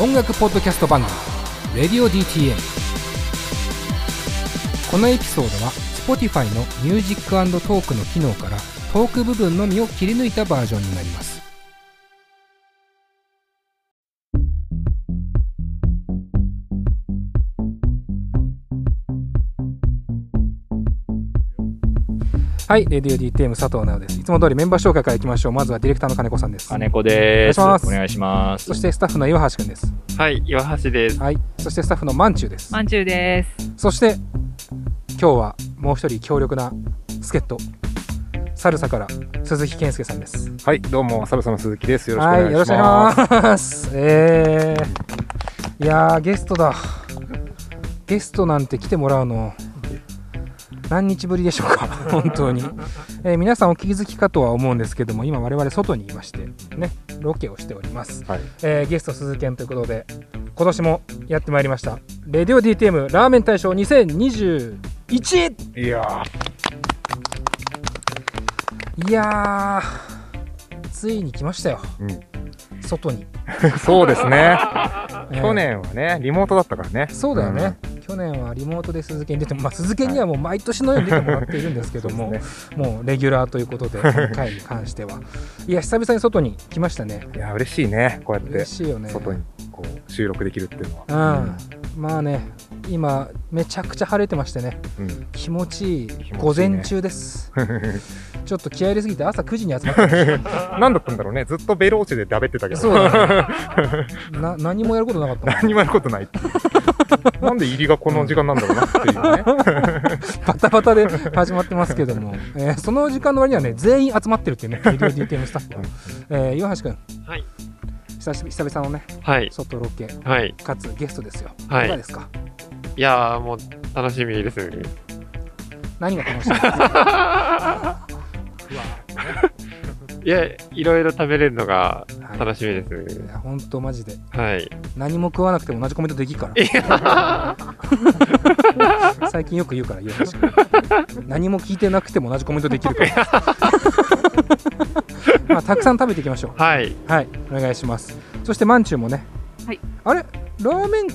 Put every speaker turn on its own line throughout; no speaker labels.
音楽ポッドキャスト番組「レディオ DTM」このエピソードは Spotify の「ミュージックトーク」の機能からトーク部分のみを切り抜いたバージョンになりますはい、レディオ DTM 佐藤直です。いつも通りメンバー紹介からいきましょう。まずはディレクターの金子さんです。
金子です。
お願いします
お願いします。
そしてスタッフの岩橋くんです。
はい、岩橋です。
はい。そしてスタッフのまんちゅうです。
まんじゅうです。
そして今日はもう一人強力な助っ人サルサから鈴木健介さんです。
はい、どうも、サルサの鈴木です。よろしくお
はい、
願い
よ
し
ろ
ま
しく
す。
お願いします。えー、いやーゲストだ。ゲストなんて来てもらうの何日ぶりでしょう か本当に、えー皆さんお気づきかとは思うんですけども今我々外にいましてねロケをしております、
はい
えーゲスト鈴健ということで今年もやってまいりました「レディオ DTM ラーメン大賞2021」
いや
いやーついに来ましたよ、外に、
ー、そうです ね。
えー
去年はね、リモートだったからね。
そうだよね、去年はリモートで鈴木に出ても、まあ、鈴木にはもう毎年のように出てもらっているんですけども、
はい
もうレギュラーということで、この回に関しては。いや、久々に外に来ましたね。
うん。いや、嬉しいね。こうやって
嬉、しいよね。
外にこう収録できるっていうの
うん、
は。
まあね、今、めちゃくちゃ晴れてましてね、
うん。うん
気持ちいい
持ちいいね
午前中 です。ちょっと気合い入れすぎて、朝9時に集まってまし
何だったんだろうね。ずっとベローチでだべってたけ
た。
ど。
そうだね、な 何もやることなかったもん
何もやるこ とないっていう。なんで入りがこの時間なんだろうなっていうね。
バタバタで始まってますけども、えーその時間の割にはね全員集まってるっていう ね DTM スタッフは、えー、岩橋君、
はい、
久しぶり久々のね
はい、
外ロケ
はい。
かつゲストですよ、
はい
いかがですか
いやー、もう楽しみです。
何が楽しいですか
いや、いろいろ食べれるのが
はい
楽しみです。
いや 本当マジで
はい。
何も食わなくても同じコメントできるから
い
最近よく言うから岩橋君何も聞いてなくても同じコメントできるから まあたくさん食べていきましょう
はい。
はい、お願いします。そしてまんちゅうもね。
はい。
あれ、ラーメン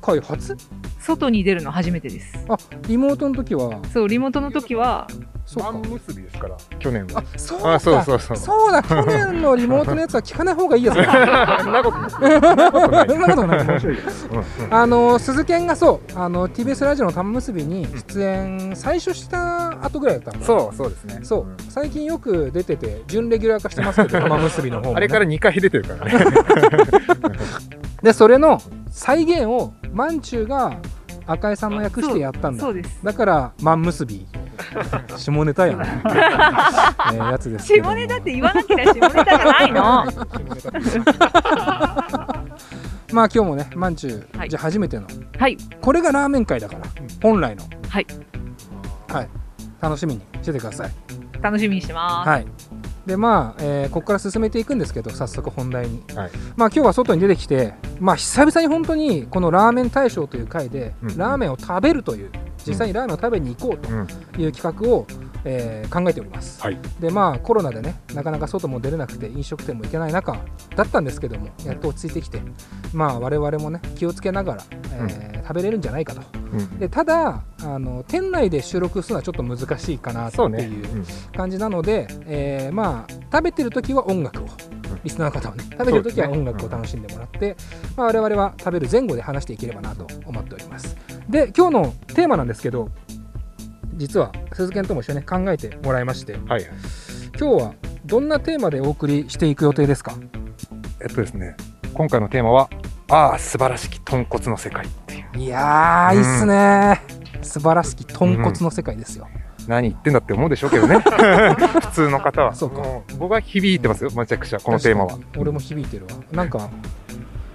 会初？
外に出るの初めてです。
あ、リモートの時は。
そう、リモートの時は、
そう
パン
か。
結びですから、去年は
あ。、そう
あ
か。
そうそうそう
そうだ、去年のリモートのやつは聞かない方がいいやつだ。
そんなことない。
そんなことない面白い
うんうん
あの鈴研がそうあの TBS ラジオの玉結びに出演最初した後ぐらいだったの
そう、そうですね。
そう、
ん
最近よく出てて準レギュラー化してますけど玉結びの方も、ね、
あれから2回出てるからね。
でそれの再現をまんちゅうが赤江さんの役してやったんだ
そうです。
だから、まん結び。下ネタやな。えーやつですけども。
下ネタって言わなきゃ下ネタじゃないの。
まあ、今日もね、まんちゅう、
はい
じゃあ初めての。
はい、
これがラーメン会だから、本来の。
はい。
はい。楽しみにしててください。
楽しみにしてます。
はい。で、まあ、えーここから進めていくんですけど、早速本題に。
はい
まあ、今日は外に出てきて、まあ、久々に本当に、このラーメン大賞という会で、
うん
ラーメンを食べるという。実際にラーメンを食べに行こうと
うん
いう企画を、えー考えております。
はい。
でまあコロナでねなかなか外も出れなくて飲食店も行けない中だったんですけどもやっと落ち着いてきてまあ我々もね気をつけながら、えー食べれるんじゃないかと
うん
でただあの店内で収録するのはちょっと難しいかなって
そうね。
いう
うん
感じなので、えーまあ食べてる時は音楽をリスナーの方はね食べてる時は音楽を楽しんでもらって、まあ、我々は食べる前後で話していければなと思っておりますで今日のテーマなんですけど実は鈴研とも一緒にね考えてもらいまして
はいはい。
今日はどんなテーマでお送りしていく予定ですか
えっとですね、今回のテーマは、ああ、素晴らしき豚骨の世界っていう。
いやーいいっすね素晴らしき豚骨の世界ですよ、
何言ってんだって思うでしょうけど ね。普通の方は。
そうか
も僕は響いてますよ、めちゃくちゃ、このテーマは。
確かに俺も響いてるわなんか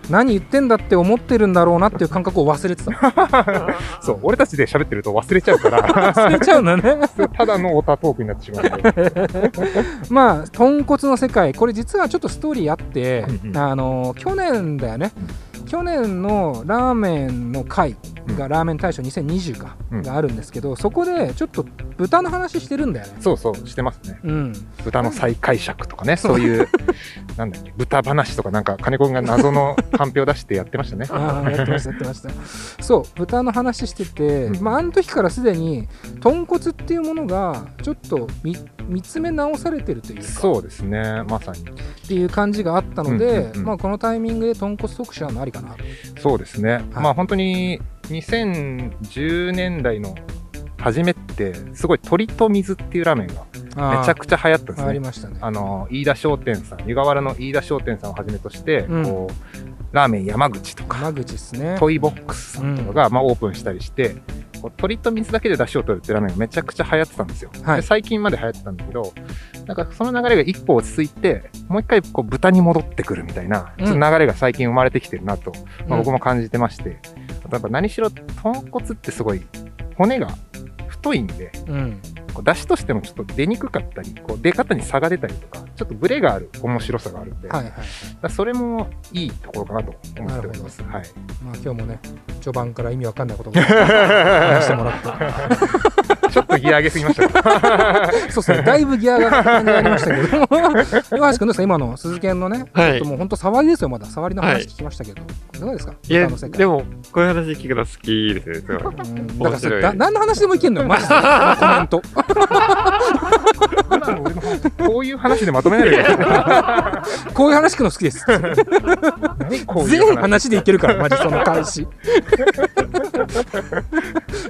何言ってんだって思ってるんだろうなっていう感覚を忘れ てた
そう、俺たちで喋ってると忘れちゃうから、
忘れちゃうんだね
ただのオタトークになってしまうんで。
まあ豚骨の世界これ実はちょっとストーリーあって
うんうん
あの去年だよね去年のラーメンの会が、
うん
ラーメン大賞2020か、
うん
があるんですけどそこでちょっと豚の話してるんだよね。
そうそうしてますね
うん、
豚の再解釈とかねそういうなんだっけ豚話とかなんか金子君が謎のカンペを出してやってま したね
あーやってましたやってましたそう豚の話してて、
うん
まあ、あの時からすでに豚骨っていうものがちょっと見見つめ直されてるというか
そうですねまさに
っていう感じがあったので、
うんうんうん
まあ、このタイミングで豚骨特集はありかなと
そうですね、まあ本当に2010年代の初めってすごい鶏と水っていうラーメンがめちゃくちゃ流行ったんです
あり
ね
ましたね
あの飯田商店さん湯河原の飯田商店さんをはじめとして、
うん
こうラーメン山口とか
山口ですね
トイボックスさんとかが、まあ、オープンしたりしてこう鶏と水だけで出汁を取るってラーメンがめちゃくちゃ流行ってたんですよ、
はい
で最近まで流行ってたんだけどなんかその流れが一歩落ち着いてもう一回こう豚に戻ってくるみたいな、
うん
ちょっと流れが最近生まれてきてるなとまあ、
うん
僕も感じてまして、あとやっぱ何しろ豚骨ってすごい骨が太いんで
うん
こう出汁としてもちょっと出にくかったりこう出方に差が出たりとかちょっとブレがある面白さがあるんで、
はい
だか
はい、
らそれもいいところかなと思っております。はい、
まあ、今日もね序盤から意味わかんないこと が話してもらった
ちょっとギア上げすぎました か
そうですねだいぶギアが感じがありましたけど 岩橋君どうですか今の鈴研のね、ち
は
ょっ
い
と。もう本当触りですよまだ触りの
は
話
い
聞きましたけど、いかがですか
いや、
歌の世界
でも、こういう話聞くの好きですね、すごい。
うんだからそれ
面白い
だ何の話でもいけんのよマジでコメント
今の俺の話こういう話でまとめないでください
こういう話聞くの好きです
何こうい
全
う話
話でいけるからマジその開 始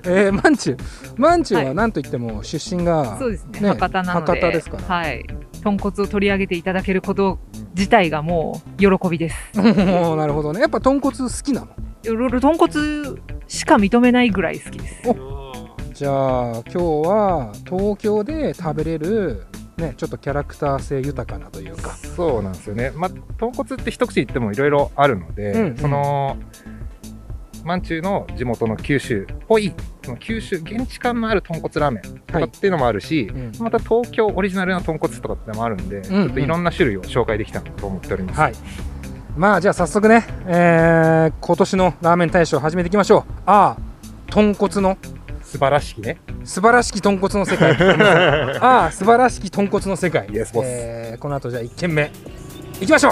えー、マンチュマンチュは何と言っても出身が、
そうですね
ね
博多なので
博多ですから
はい豚骨を取り上げていただけること自体がもう喜びです
おーなるほどねやっぱ豚骨好きなの
いろいろ豚骨しか認めないぐらい好きです
じゃあ今日は東京で食べれるねちょっとキャラクター性豊かなというか
そうなんですよね、まあ、豚骨って一口言ってもいろいろあるので、
うんうん
その満中の地元の九州っぽいその九州現地感のある豚骨ラーメンとかっていうのもあるし、
うん
また東京オリジナルな豚骨とかってのもあるんで、
んうん
ちょっといろんな種類を紹介できたなと思っております、
はいまあじゃあ早速ね、えー今年のラーメン大賞始めていきましょうああ豚骨の
素晴らしきね
素晴らしき豚骨の世 界ああ素晴らしき豚骨の世界
Yes, boss
えーこの後じゃあ1軒目いきましょう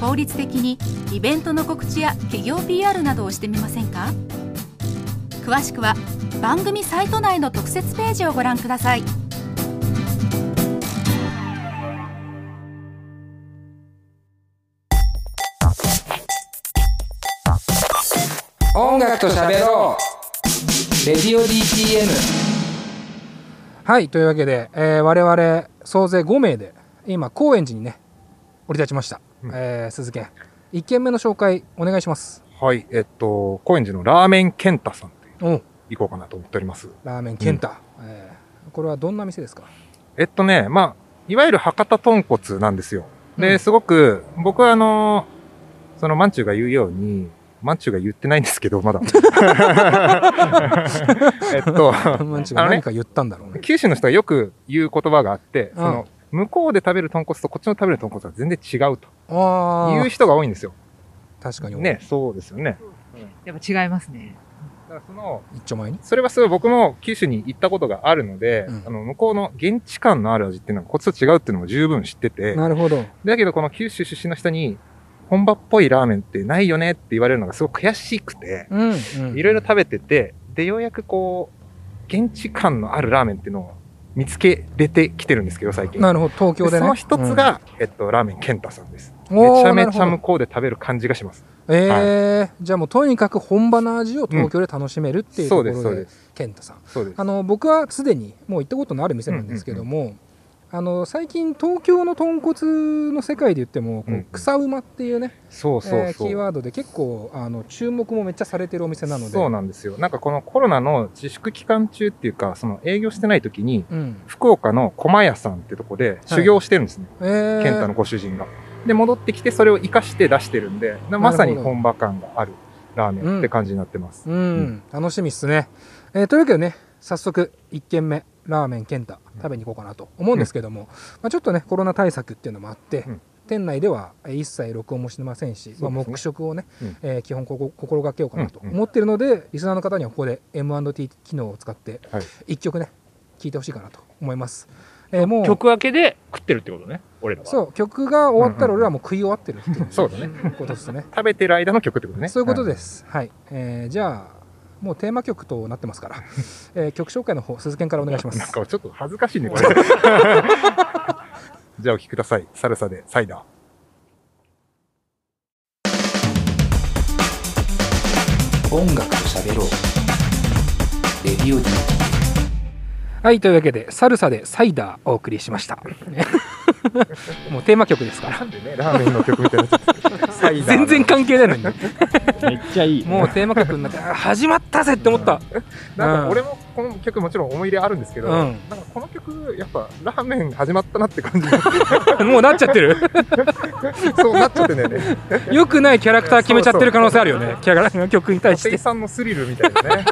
効率的にイベントの告知や企業 PR などをしてみませんか詳しくは番組サイト内の特設ページをご覧ください
音楽と喋ろうレディオ DTM はいというわけで、えー我々総勢5名で今高円寺にね降り立ちました、
うん
えー鈴研1軒目の紹介お願いします
はいえっと高円寺のラーメン健太さんという
お
行こうかなと思っております
ラーメン健太、えーこれはどんな店ですか
えっとね、まあ、いわゆる博多豚骨なんですよ。で、
うん
すごく、僕はあのーその、マンチュが言うように、マンチュが言ってないんですけど、まだ。えっと、
マンチ
あ
が
のね
何か言ったんだろうね
九州の人がよく言う言葉があって、そ
うん
の、向こうで食べる豚骨とこっちの食べる豚骨は全然違うと
あ
いう
あ
人が多いんですよ。
確かに
ね、そうですよね。
やっぱ違いますね
だからその、
一丁前に
それはすごい僕も九州に行ったことがあるので、
うん
あの、向こうの現地感のある味っていうのはこっちと違うっていうのも十分知ってて、
なるほど
だけどこの九州出身の人に、本場っぽいラーメンってないよねって言われるのがすごく悔しくて、
うん、
いろいろ食べてて、で、ようやくこう、現地感のあるラーメンっていうのを見つけれてきてるんですけど、最近。
なるほど東京で
で
ね
その一つが、えっと、ラーメン健太さんです。
うん
め
お
ち
ー
ゃめち
な
ゃ
るほ
向
ど
こうで食べる感じがします。
えーじゃあもうとにかく本場の味を東京で楽しめるっていうと
そ
こ
うです、そ
ろ
う
で
です。
健太さん
そうです
あ。の僕はすでにもう行ったことのある店なんですけども、あの最近東京の豚骨の世界で言ってもこ
うんう
うん草馬っていうね、
そうそ
え
う
ーキ
そう。
ーワードで結構あの注目もめっちゃされてるお店なので
そうなんですよ。なんかこのコロナの自粛期間中っていうか、その営業してない時に、
うん
福岡の駒屋さんってとこで修行してるんですね。
えー
健太のご主人が。で、戻ってきてそれを活かして出してるんで、なまさ
な
に
るほど
本場感があるラーメンって感じになってます。
うん、楽しみっすね、えーというわけでね早速1軒目ラーメン健太食べに行こうかなと思うんですけども、まあ、ちょっとねコロナ対策っていうのもあって、
うん
店内ではえー一切録音もしてませんし、まあ、
そうですね
黙食をね、
うん
えー基本ここ心がけようかなと
うんうん
思ってるので、リスナーの方にはここで M&T 機能を使って
はい
1曲ね聴いてほしいかなと思います、えーもう
曲明けで食ってるってことね俺らは
そう曲が終わったら俺らもう食い終わってるっていう
そうだね。
ことですね
食べてる間の曲ってことね。
そういうこと
で。
です。はい、えーじゃあ、もうテーマ曲となって ますから、えー曲紹介の方、鈴研からお願いしま
なん
す。
かちょっと恥ずかしいね、これ。 じゃあお聴きください。サルサでサイダー。
音楽と喋ろうレディオ D
はい、というわけで、サルサでサイダーお送りしました。 ねもうテーマ曲ですから。
なんでね、ラーメンの曲みたいになっちゃ った。サイダー
全
の。
然関係ないの に、
めっちゃいい
もうテーマ曲になって、あ始まったぜって思った。
なんか俺もこの曲もちろん思い入れあるんですけど、
うん
なんかこの曲やっぱラーメン始まったなって感じが
もうなっちゃ ってる。
そうなっちゃってんだよね。
良くないキャラクター決めちゃってる可能性あるよね。キャラクター曲に対し
店員
て。
さんのスリルみたいな ね。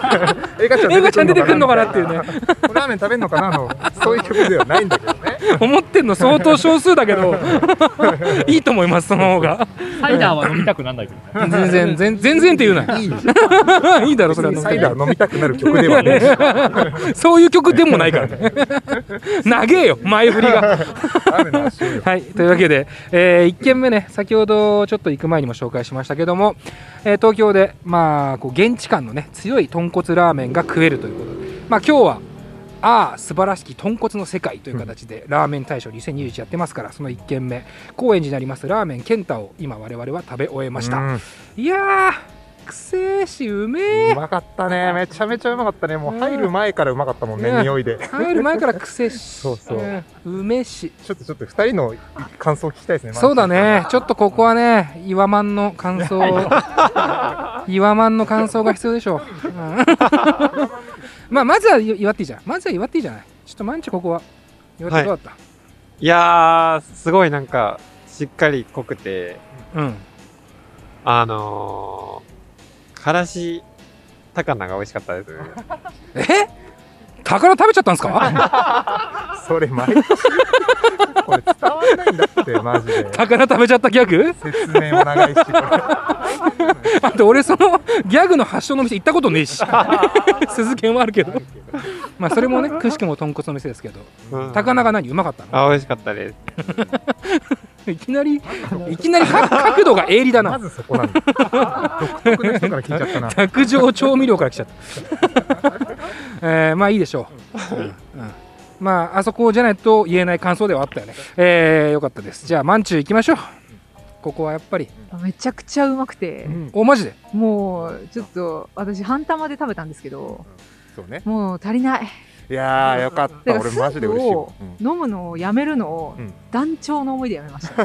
映画
映画ちゃん出てくんのかなっていうね。
これラーメン食べんのかなの、そういう曲ではないんだけどね。
思ってんの相当少数だけ ど、いいと思います、その方が。
サイダーは飲みたくなんないけどね
全然、全全然って言うな。
いい。
いいだろ、 それは飲んで
サイダー飲みたくなる曲ではないし。 ラ
そういう曲でもないから ね。長えよ、前振りが。
ーメンの足を
はい、というわけで、え1軒目ね、先ほどちょっと行く前にも紹介しましたけども、えー東京で、まあ、こう現地感のね、強い豚骨ラーメンが食えるということで、まあ、今日は、ああ、素晴らしき豚骨の世界という形で、ラーメン大賞2021やってますから、その1軒目、高円寺にありますラーメン健太を今、我々は食べ終えました。
うん
いやー、くせえし、うめえ。
うまかったね。めちゃめちゃうまかったね。もう入る前からうまかったもんね、
うん
匂いで。
入る前からくせえし、
そうそう
うん梅し。
ちょっとちょっと二人の感想を聞きたいですね。
そうだね、ちょっとここはね、岩マンの感想、岩マンの感想が必要でしょう。うん まあ、まずは岩っていいじゃん、まずは岩っていいじゃない、ちょっと毎日ここは。岩手どうだっ
いやー、すごいなんか、しっかり濃くて、
た。うん、
あのー、からし高菜が美味しかった ですね。
え。宝食べちゃったんですか。
それ毎年これ伝わんないんだってマジで
宝食べちゃったギャグ。
説明も長いしこれ
あと、俺、そのギャグの発祥の店行ったことねえし。鈴剣はあるけど。まあ、それもね、くしくも豚骨の店ですけど。
うん
高菜が何、うまかったの。
あ、美味しかったです。
いきなり、いきなりか角度が鋭利だ
ま
な。
ずそこなんだ独特の人から聞いちゃったな
卓上調味料から来ちゃった。 えーまあいいでしょう。うんうんまああそこじゃないと言えない感想ではあったよね。えーよかったです。じゃあマンチュウ行きましょう。ここはやっぱり、
めちゃくちゃうまくて、
おマジで。
もうちょっと私半玉で食べたんですけど、
そうね
もう足りない。
いやーよかった
だから
俺
スープを
マジで嬉しいわ、うん
飲むのをやめるのを
うん
断腸の思いでやめました。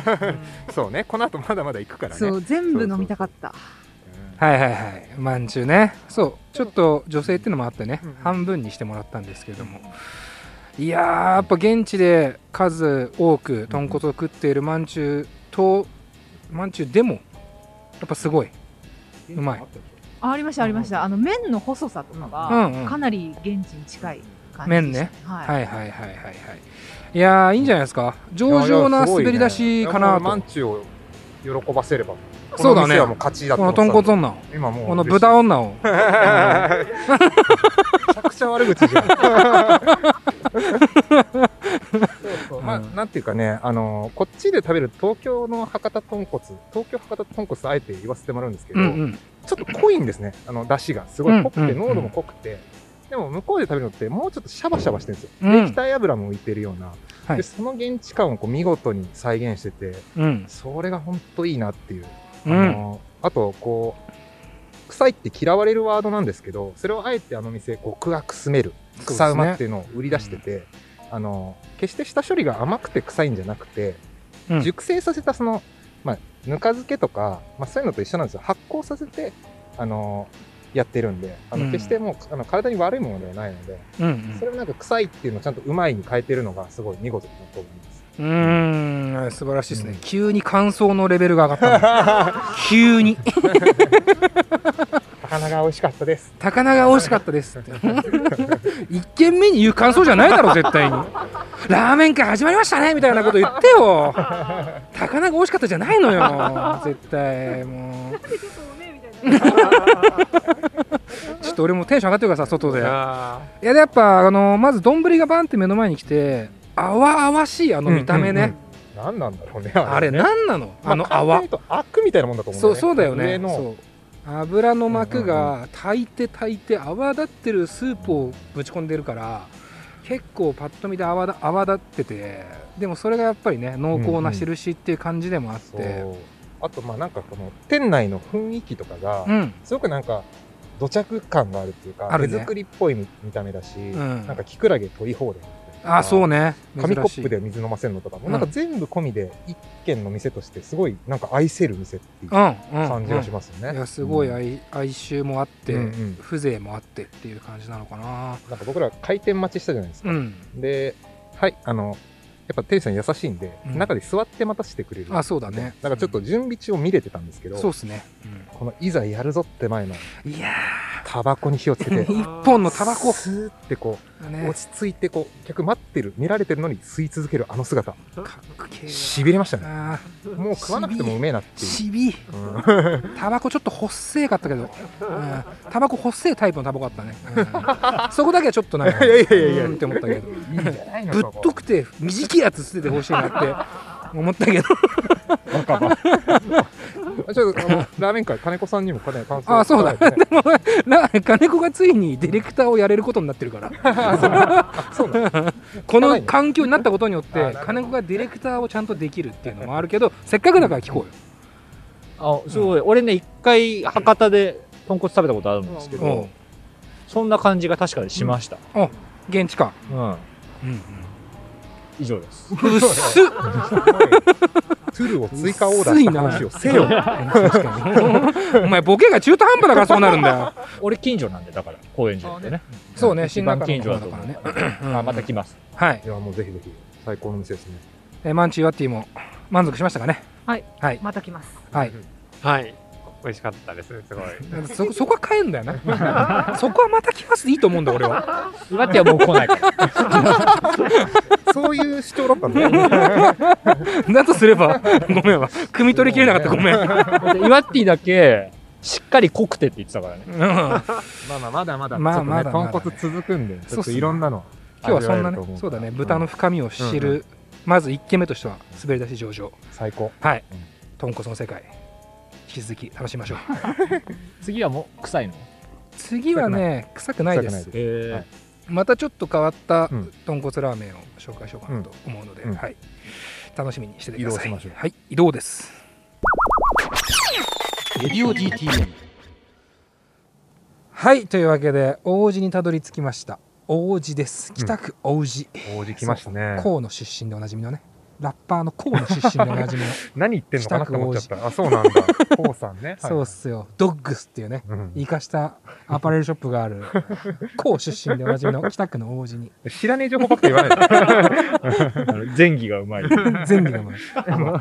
そうねこの後まだまだ行くからね
そう全部飲みたかった。
はいはいはい。マンチュウね。そう。ちょっと女性ってのもあってね
うん、
半分にしてもらったんですけれども。いやーやっぱ現地で数多く豚骨を食っているマンチュウとマンチュウでもやっぱすごい。うまい。
あありましたありました。あの麺の細さとか
うんうん
がかなり現地に近い感じ
麺
でした
ね。
は。
はいいはいはいはいはい。いやーいいんじゃないですか。上々な滑り出しかなと。
マンチを喜ばせれば
そうだ
この店はも
ね。
う勝ちだと
こ
思
の
ってた
豚骨女
の
を、
今もう
この豚
を
女を。
めちゃくちゃ悪口じゃんそうそう まあ、
うん
なんていうかね、あのこっちで食べる東京の博多豚骨、東京博多豚骨あえて言わせてもらうんですけど、
うんうん。
ちょっと濃いんですね、あの出汁が。すごい濃くて、
うんうん
濃度も濃くて、でも向こうで食べるのって、もうちょっとシャバシャバしてるんですよ。
う
液
ん。
体油も浮いてるような、
はい
でその現地感をこう見事に再現してて、
うん。
それが本当いいなっていう、
うん
あのあと、こう、臭いって嫌われるワードなんですけど、それをあえてあの店、極悪すめる、臭うまっていうのを売り出してて、あの、決して下処理が甘くて臭いんじゃなくて、
うん
熟成させたその、まあ、ぬか漬けとか、まあ、そういうのと一緒なんですよ。発酵させて、あの、やってるんで、あ
う
の、
ん
決してもう、あの、体に悪いものではないので、
うん
それをなんか臭いっていうのをちゃんとうまいに変えてるのがすごい見事だなと思います。
うんうーん素晴らしいですね、急に感想のレベルが上がったな 急に
高菜が美味しかったです。
高菜が美味しかったですって 一軒目に言う感想じゃないだろ絶対にラーメン会始まりましたねみたいなこと言って よ高菜が美味しかったじゃないのよ絶対もうちょっと俺もテンション上がってるからさ外でいや
あ
でやっぱあのまず丼がバンって目の前に来て泡々しいあの見た目ね、
うんうん何なんだろうね。
あれ
ね。
何なのあの
ま
泡
簡単に言うとアクみたいなもんだと思うんだ
そ
よ
う
ね。
そうだよね
上の
そう油の膜が炊いて炊いて泡立ってるスープをぶち込んでるから結構パッと見で泡だ泡立っててでもそれがやっぱりね濃厚な印っていう感じでもあっ
そう
て
あとまあなんかこの店内の雰囲気とかが、
うん、うん
すごくなんか土着感があるっていうか、
あるね
手作りっぽい見見た目だし、
ん
なんかキクラゲ鳥放題みたいな
あそうね
紙コ
珍し
ッ
い
プで水飲ませるのとかも、
うん
なんか全部込みで一軒の店としてすごいなんか愛せる店っていう
うんうん
感じがしますよね、
うんいやすごい
うん
哀哀愁もあって、
うんうん
風情もあってっていう感じなのかな
なんか僕ら開店待ちしたじゃないですか、
うん
ではいあのやっぱ店主さん優しいんで、
うん
中で座って待たせてくれる
あそうだね
なんかちょっと準備中を見れてたんですけど、
そうっすね、
このいざやるぞって前の
うんいや
タバコに火 をつけて
ー一本のタバコ
スーってこう、
ね
落ち着いてこう客待ってる見られてるのに吸い続けるあの姿
かっけー
しびれましたね
なあ
もう食わなくてもうめえなっていう
しび
うん
タバコちょっと細いかったけど、うん、タバコ細いタイプのタバコあったね、うんそこだけはちょっとなんか
いやいやいやいや
うんって思ったけど
いいんじゃないの
ぶっ
そこと
くて短いやつ捨ててほしいなって思ったけど
若葉 ちょっとあのラーメン会金子さんにも金感想
あそうだ
伺えてね
な金子がついにディレクターをやれることになってるから
そうだ
この環境になったことによっ
あな
て
るほど
金子がディレクターをちゃんとできるっていうのもあるけどせっかくだから聞こ
あ、すごい。俺ね、一回博多で豚骨食べたことあるんですけ
うよ、
ど、そんな感じが確かにしました。
うん、現地感、
うん。
うん
以上です。
うん、薄っ
トゥルを追加オーダーした話をせよ
確かにお前ボケが中途半端だからそうなるんだよ
俺近所なんで、だから、高円寺でね。
そうね
一
新
番
中
近
野
所
の
だ
方
と
だか
思
ら
う
ね
あ、また来ます。
はい
いやもうぜひぜひ最高の店ですね
えーマンチュワッティも満足しましたかね
はい
はい、
また来ます。
はい、
ーはい。美味しかったですね、すごい。
そそこは帰るんだよなそこはまた来ますでいいと思うんだ俺は
岩手はもう来ないから。
そういう主張だったんだよ
だとすればごめんわ汲み取りきれなかったごめん、うん
で岩手だけ、しっかり濃くてって言ってたからね。
今
まあまあまだまだ
まあ
ちょっと
ま
ね
だまだ
豚骨続くんでち
そう
ょ
っ
っ
す
と
ね
いろんなの
日はそんな
味わえると思
ね
う
そうだね
ん
豚の深みを知る、
うんう
まず1軒目としては滑り出し上々
最高
はい
うん
豚骨の世界引き続き楽しみましょう
次はもう臭いの
次はね臭くないです
臭くない
へ
はい
またちょっと変わった
うん
豚骨ラーメンを紹介しようかなと思うので、
うん
はい、楽しみにしててください
移動しましょう
はい、移動です
レディオ DTM
はいというわけで王子にたどり着きました王子です北区王子、
王子来ましたね
河野出身でおなじみのねラッパーの河野出身でおなじみ の、
何言ってんのかなと思っちゃったあそ うなんだこうさんねはい
そうっすよドッグスっていうね
うん
イカしたアパレルショップがあ る河出身でおなじみの北区の王子に
知らねえ情報ばっか言わないで
ー前儀がうまい。
全部がもうあの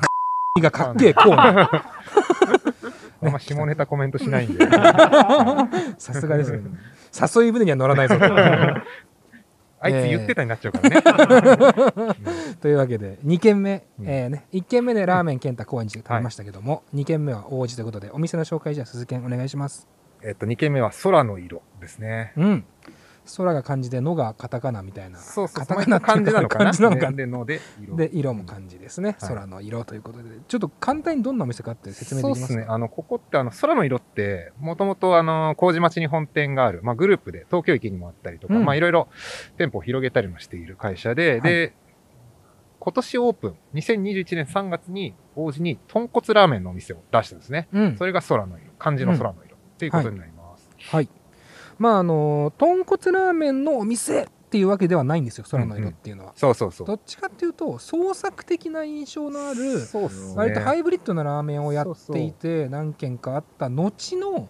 がかっけえ河野
あんま下ネタコメントしないんで
さすがですね誘い船には乗らないぞ
あいつ言ってたになっちゃうからね
というわけで2軒目、
うん
えーね、1軒目でラーメン健太高円寺で食べましたけども、2軒目は王子ということでお店の紹介じゃあ鈴研お願いします
えっと2軒目は空の色ですね
うん空が漢字で「の」がカタカナみたいな
そうそう
カタカナ
感じなのかな
感じなのか
ねでので色
で色も漢字ですね、
はい
空の色ということでちょっと簡単にどんなお店かって説明
そう
でき
で
ますす
ね。
か
あの、ここって、あの、空の色って、もともと、あの、麹町に本店がある、まあ、グループで、東京駅にもあったりとか、
うん
まあ、いろいろ店舗を広げたりもしている会社で、で、今年オープン、2021年3月に王子に豚骨ラーメンのお店を出したんですね。
うん
それが空の色、漢字の空の色っていうことになります。
はいまああの豚骨ラーメンのお店っていうわけではないんですよ空の色っていうのは、
そうそうそう。
どっちかっていうと創作的な印象のある
そうっすね
割とハイブリッドなラーメンをやっていて何軒かあった後の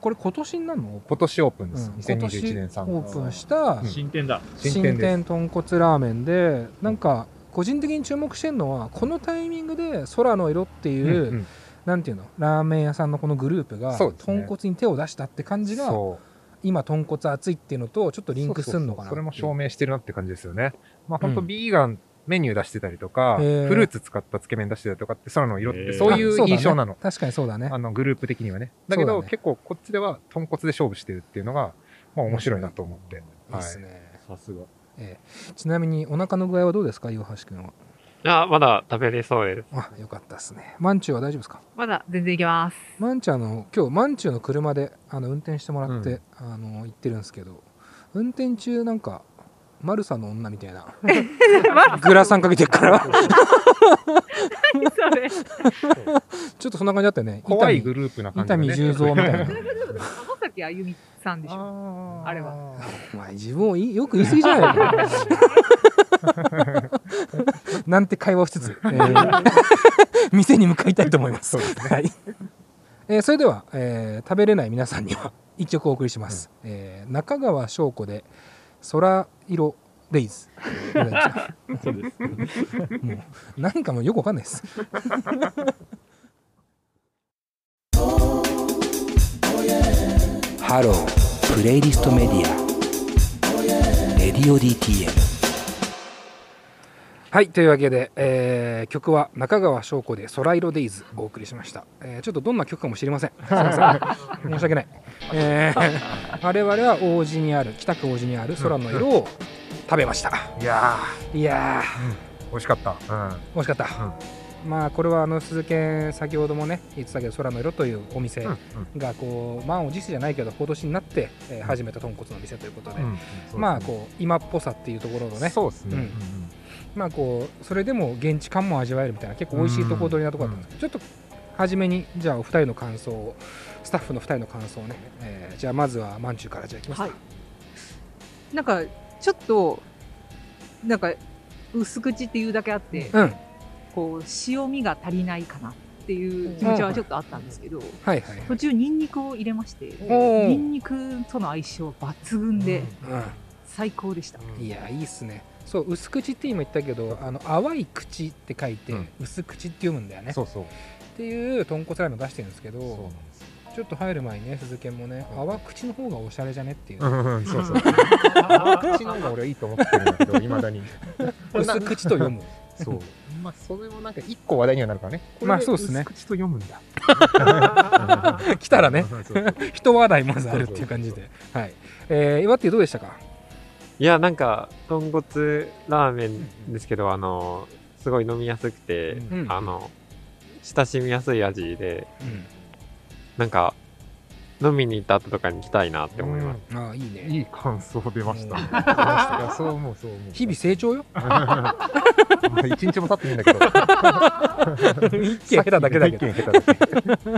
これ今年になるの
今年オープンです。
うん
2021年
今年
3
オ
月。
ープンした
うん
新店だ。
新
新店です
店豚骨ラーメンでなんか個人的に注目してるのはこのタイミングで空の色っていう、
うんうん
なんていうのラーメン屋さんのこのグループが
そうですね
豚骨に手を出したって感じが、
そう
今豚骨熱いっていうのとちょっとリンクするのかな
そうそうそうそれも証
明
明してるなって感じですよね。まあ本当
うん
ビーガンメニュー出してたりとか、
へー
フルーツ使ったつけ麺出してたりとかって空の色っ
へ
て
ー
そういう印象なの。
確かにそうだね
あのグループ的にはね。だけ
そう
ど
だね
結構こっちでは豚骨で勝負してるっていうのが、まあ面白いなと思って。
いい
は
っ
い。
すね、
さすが。
ええちなみにお腹の具合はどうですか岩橋君は
あ、まだ食べれそうです。
あよかったですねマンチューは大丈夫ですか
まだ全然いけ ます。
マンチューあの今日マンチューの車であの運転してもらって、
う
あの行ってるんですけど運転中なんかマルサの女みたいなグラサンかけてるから
それ。
ちょっとそんな感じだったよね
怖い
伊丹
グループな感
伊
じだね
丹十三み たいな
浜崎あゆみさんでしょ。
あー
あれ
お前自分をいよく言い過ぎじゃないの なんて会話をしつつ、え ー店に向かいたいと思います
そうですね
はいえーそれでは、えー食べれない皆さんには一曲お送りします、えー中川翔子で「空色デイズ」
そうです。
もうなんかもうよくわかんないです
ハロープレイリストメディアレディオ DTM
はいというわけで、えー曲は中川翔子で「空色デイズ」お送りしました、えーちょっとどんな曲かも知りませんすいません申し訳ない、えー 我々は王子にある北区王子にある空の色を食べました
いや
いや
ー、美味しかった。うん。
ー惜しかった、まあこれはあの鈴研先ほどもね言ってたけど空の色というお店
うん。うん。
がこう満を持してじゃないけど今年になって、えー始めた豚骨の店ということで、
うん
まあこう今っぽさっていうところのね
そうですね。
うん
うんうん
まあこうそれでも現地感も味わえるみたいな結構美味しいとこ取りなとこだったんですけど、ちょっと初めにじゃあお二人の感想をスタッフの二人の感想をね、えーじゃあまずはまんちゅうからじゃあいきますか、
はいなんかちょっとなんか薄口っていうだけあって、
うんはい
こう塩味が足りないかなっていう気持ちはちょっとあったんですけど、
はいはい
途中ニンニクを入れまして、
おー
ニンニクとの相性抜群で最高でした。
うん、いやいいっすねそう薄口って今言ったけどあの淡い口って書いて、
うん
薄口って読むんだよね
そうそう。
っていう豚骨ラーメンを出してるんですけ
そうな
ど
んですよ
ちょっと入る前にね鈴研もね淡口の方がおしゃれじゃねっていう、
うんうん。そう そう。 口の方が俺はいいと思ってるんだけど、いまだに。
薄口と読む
そう。まあ、それもなんか一個話題にはなるからね。
まあそうっすね
これ薄口と読む んだ。
来たらね
そうそ うそう
一話題まずあるっていう感じで、はいえー、岩手どうでしたか
いや、なんか、豚骨ラーメンですけど、あの、すごい飲みやすくて、
うん
あの、親しみやすい味で、
う
なんか、飲みに行った後とかに行きたいなって思います。
ん、ああいいね
いい感想出ました。
うん
出ましたいやそう思う、そう思う。
日々成長 よ
まあ一日も経っていいんだけど。
一軒下手だけだけど
一軒下手だけ。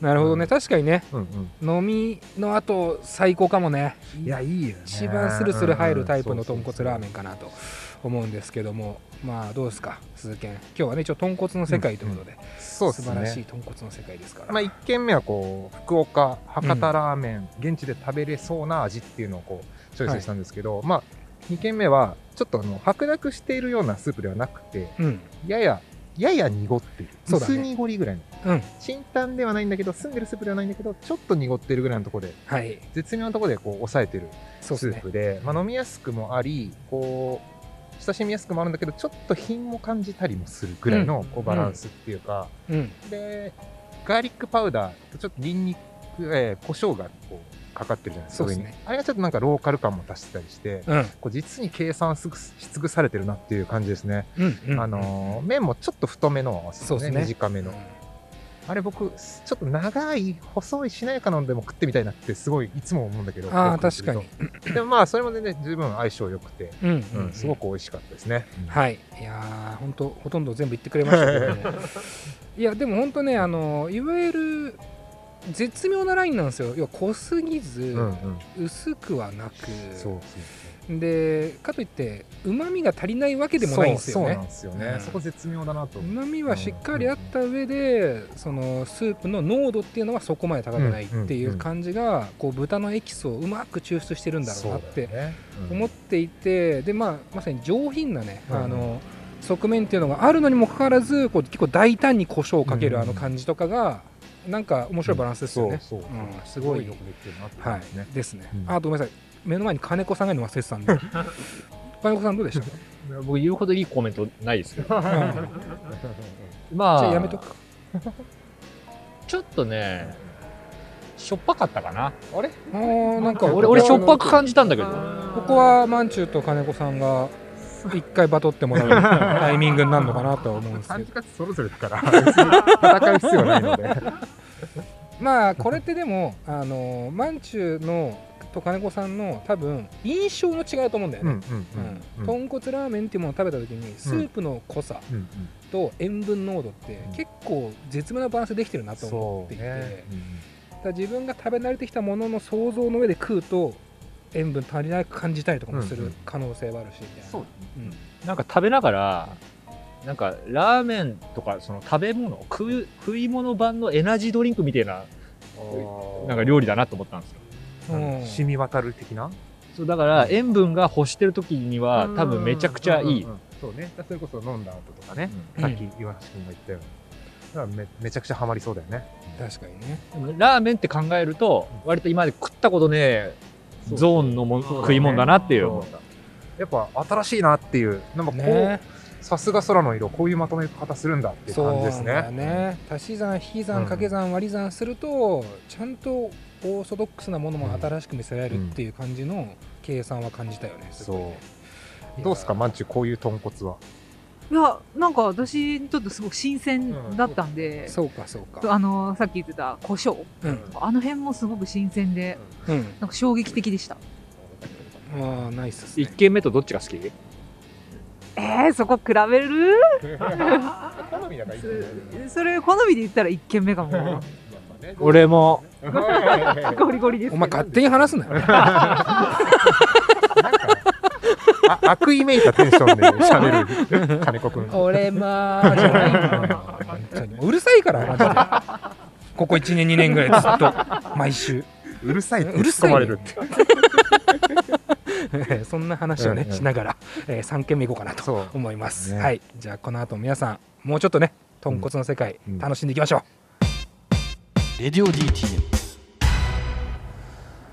なるほどね、
うん
確かにね
うんうん。
飲みの後最高かもね
いや、いいよね。
一番スルスル入るタイプの豚骨ラーメン
ン。
かなと思うんですけどもまあどうですか鈴研今日はね一応豚骨の世界ということで、
そうで
素
す
晴らしい
ね。
豚骨の世界ですから、
まあ、一軒目はこう福岡博多ラーメン、現地で食べれそうな味っていうのをこうチョイスしたんですけど、まあ二軒目はちょっとあの白濁しているようなスープではなくて
うん
やややや濁っている
そうだね
薄濁りぐらいの
うん
清淡ではないんだけど澄んでるスープではないんだけどちょっと濁ってるぐらいのところで
はい
絶妙なところでこう抑えてる
そうです
ス
ね
ープで、まあ、飲みやすくもありこう親しみやすくもあるんだけどちょっと品も感じたりもするぐらいのこうバランスっていうか、
うん
でガーリックパウダーとちょっとニンニク、えー、胡椒がこうかかってるじゃないです
そ
か
うですね
上にあれがちょっとなんかローカル感も出してたりして
うん
こう実に計算し尽くされてるなっていう感じですね、
うんうん
あのー麺もちょっと太めのを合わせて
そうですね
短めの、あれ僕、ちょっと長い、細い、しなやかなのでも食ってみたいなってすごいいつも思うんだけど。
あー
僕が食ってると。でもまあ、それも全然十分相性良くて、
うんうんうん
すごく美味しかったですね。
はい、いや本当ほとんど全部言ってくれましたけど もいやでも本当ねあのいわゆる絶妙なラインなんですよ要は濃すぎず、
うんうん
薄くはなく
そう
でかといってうまみが足りないわけでもないんですよね
そうそうなんですよね。そこ絶妙だなと
う。まみはしっかりあった上で、そのスープの濃度っていうのはそこまで高くないってい
んうんう
うん感じが、こう豚のエキスをうまく抽出してるんだろうなって思っていて、でまあ、まさに上品なね、
うんうん
あの側面っていうのがあるのにもかかわらずこう結構大胆に胡椒をかける
う
あ
んうん
の感じとかが、なんか面白いバランスですよね。
そうそう
うんすごい
よくできてるなって
は
感
い
じですね。
ですね、
うん
あとごめんなさい目の前に金子さんがいるの忘れてたんで 金子さんどうで した
僕言うほどいいコメントないですけど
まあ、
じゃあやめとく
ちょっとね、しょっぱかったかな。あれ
あーなんか
俺、俺しょっぱく感じたんだけど。
ここはまんちゅうと金子さんが一回バトって もらうタイミングになるのかなとは思うんですけど
それぞれだから、別に戦う必要ないので。
まあこれってでもあのまんちゅうのと金子さんの多分印象の違いだと思うんだよ
うんう
ね
ん、うんうん
豚骨ラーメンっていうものを食べた時にスープの濃さ
うんうん
と塩分濃度って結構絶妙なバランスでできてるなと思っていて、だから自分が食べ慣れてきたものの想像の上で食うと塩分足りなく感じたりとかもす
うんう
る
ん
可能性はあるしみたいな、うん
なんか食べながら、なんかラーメンとかその食べ物食う食い物版のエナジードリンクみたいななんか料理だなと思ったんですよ
うん
染み渡る的な
そうだから塩分が欲してる時には多分めちゃくちゃいい、
うんうんうんそうねそれこそ飲んだ後とかね、
うん
さっき岩橋君が言ったようにだからめめちゃくちゃハマりそうだよね
確かにね
でもラーメンって考えると割と今まで食ったことねえゾーンのもん
そうだね
食い物だなっていう思った
やっぱ新しいなっていうなんかこう、
ね
さすが空の色こういうまとめ方するんだっていう
そう
感じですね
なんだよね足し算引き
うん
算掛け算割り算すると、ちゃんとオーソドックスなものも新しく見せられるっていう感じの計算は感じたよね、すごいね
そうどうすかまんちゅうこういう豚骨はい
や、なんか私にとってすごく新鮮だったんで、
そうかそうか
あのさっき言ってた胡椒、
うん
あの辺もすごく新鮮で、
うん
なんか衝撃的でした。
ああナイスっす
一軒目とどっちが好き
えー、そこ比べる
好みだからいい
それ好みで言ったら一軒目かも
俺も
ゴリゴリです
お前勝手に話すなよ
あ悪意めいたテンションで喋る金子君
俺まあじゃないんだよ本当にうるさいからマジでここ1年2年ぐらいずっと毎週
うるさいって
うるさ
突っ込
い
まれるって
えー そんな話をね、
うんうん
しながら、え3軒目いこうかな
そ
と
う
思います、
ね
はいじゃあこの後皆さんもうちょっとね豚骨の世界、
うん
楽しんでいきましょう
レディオ DTM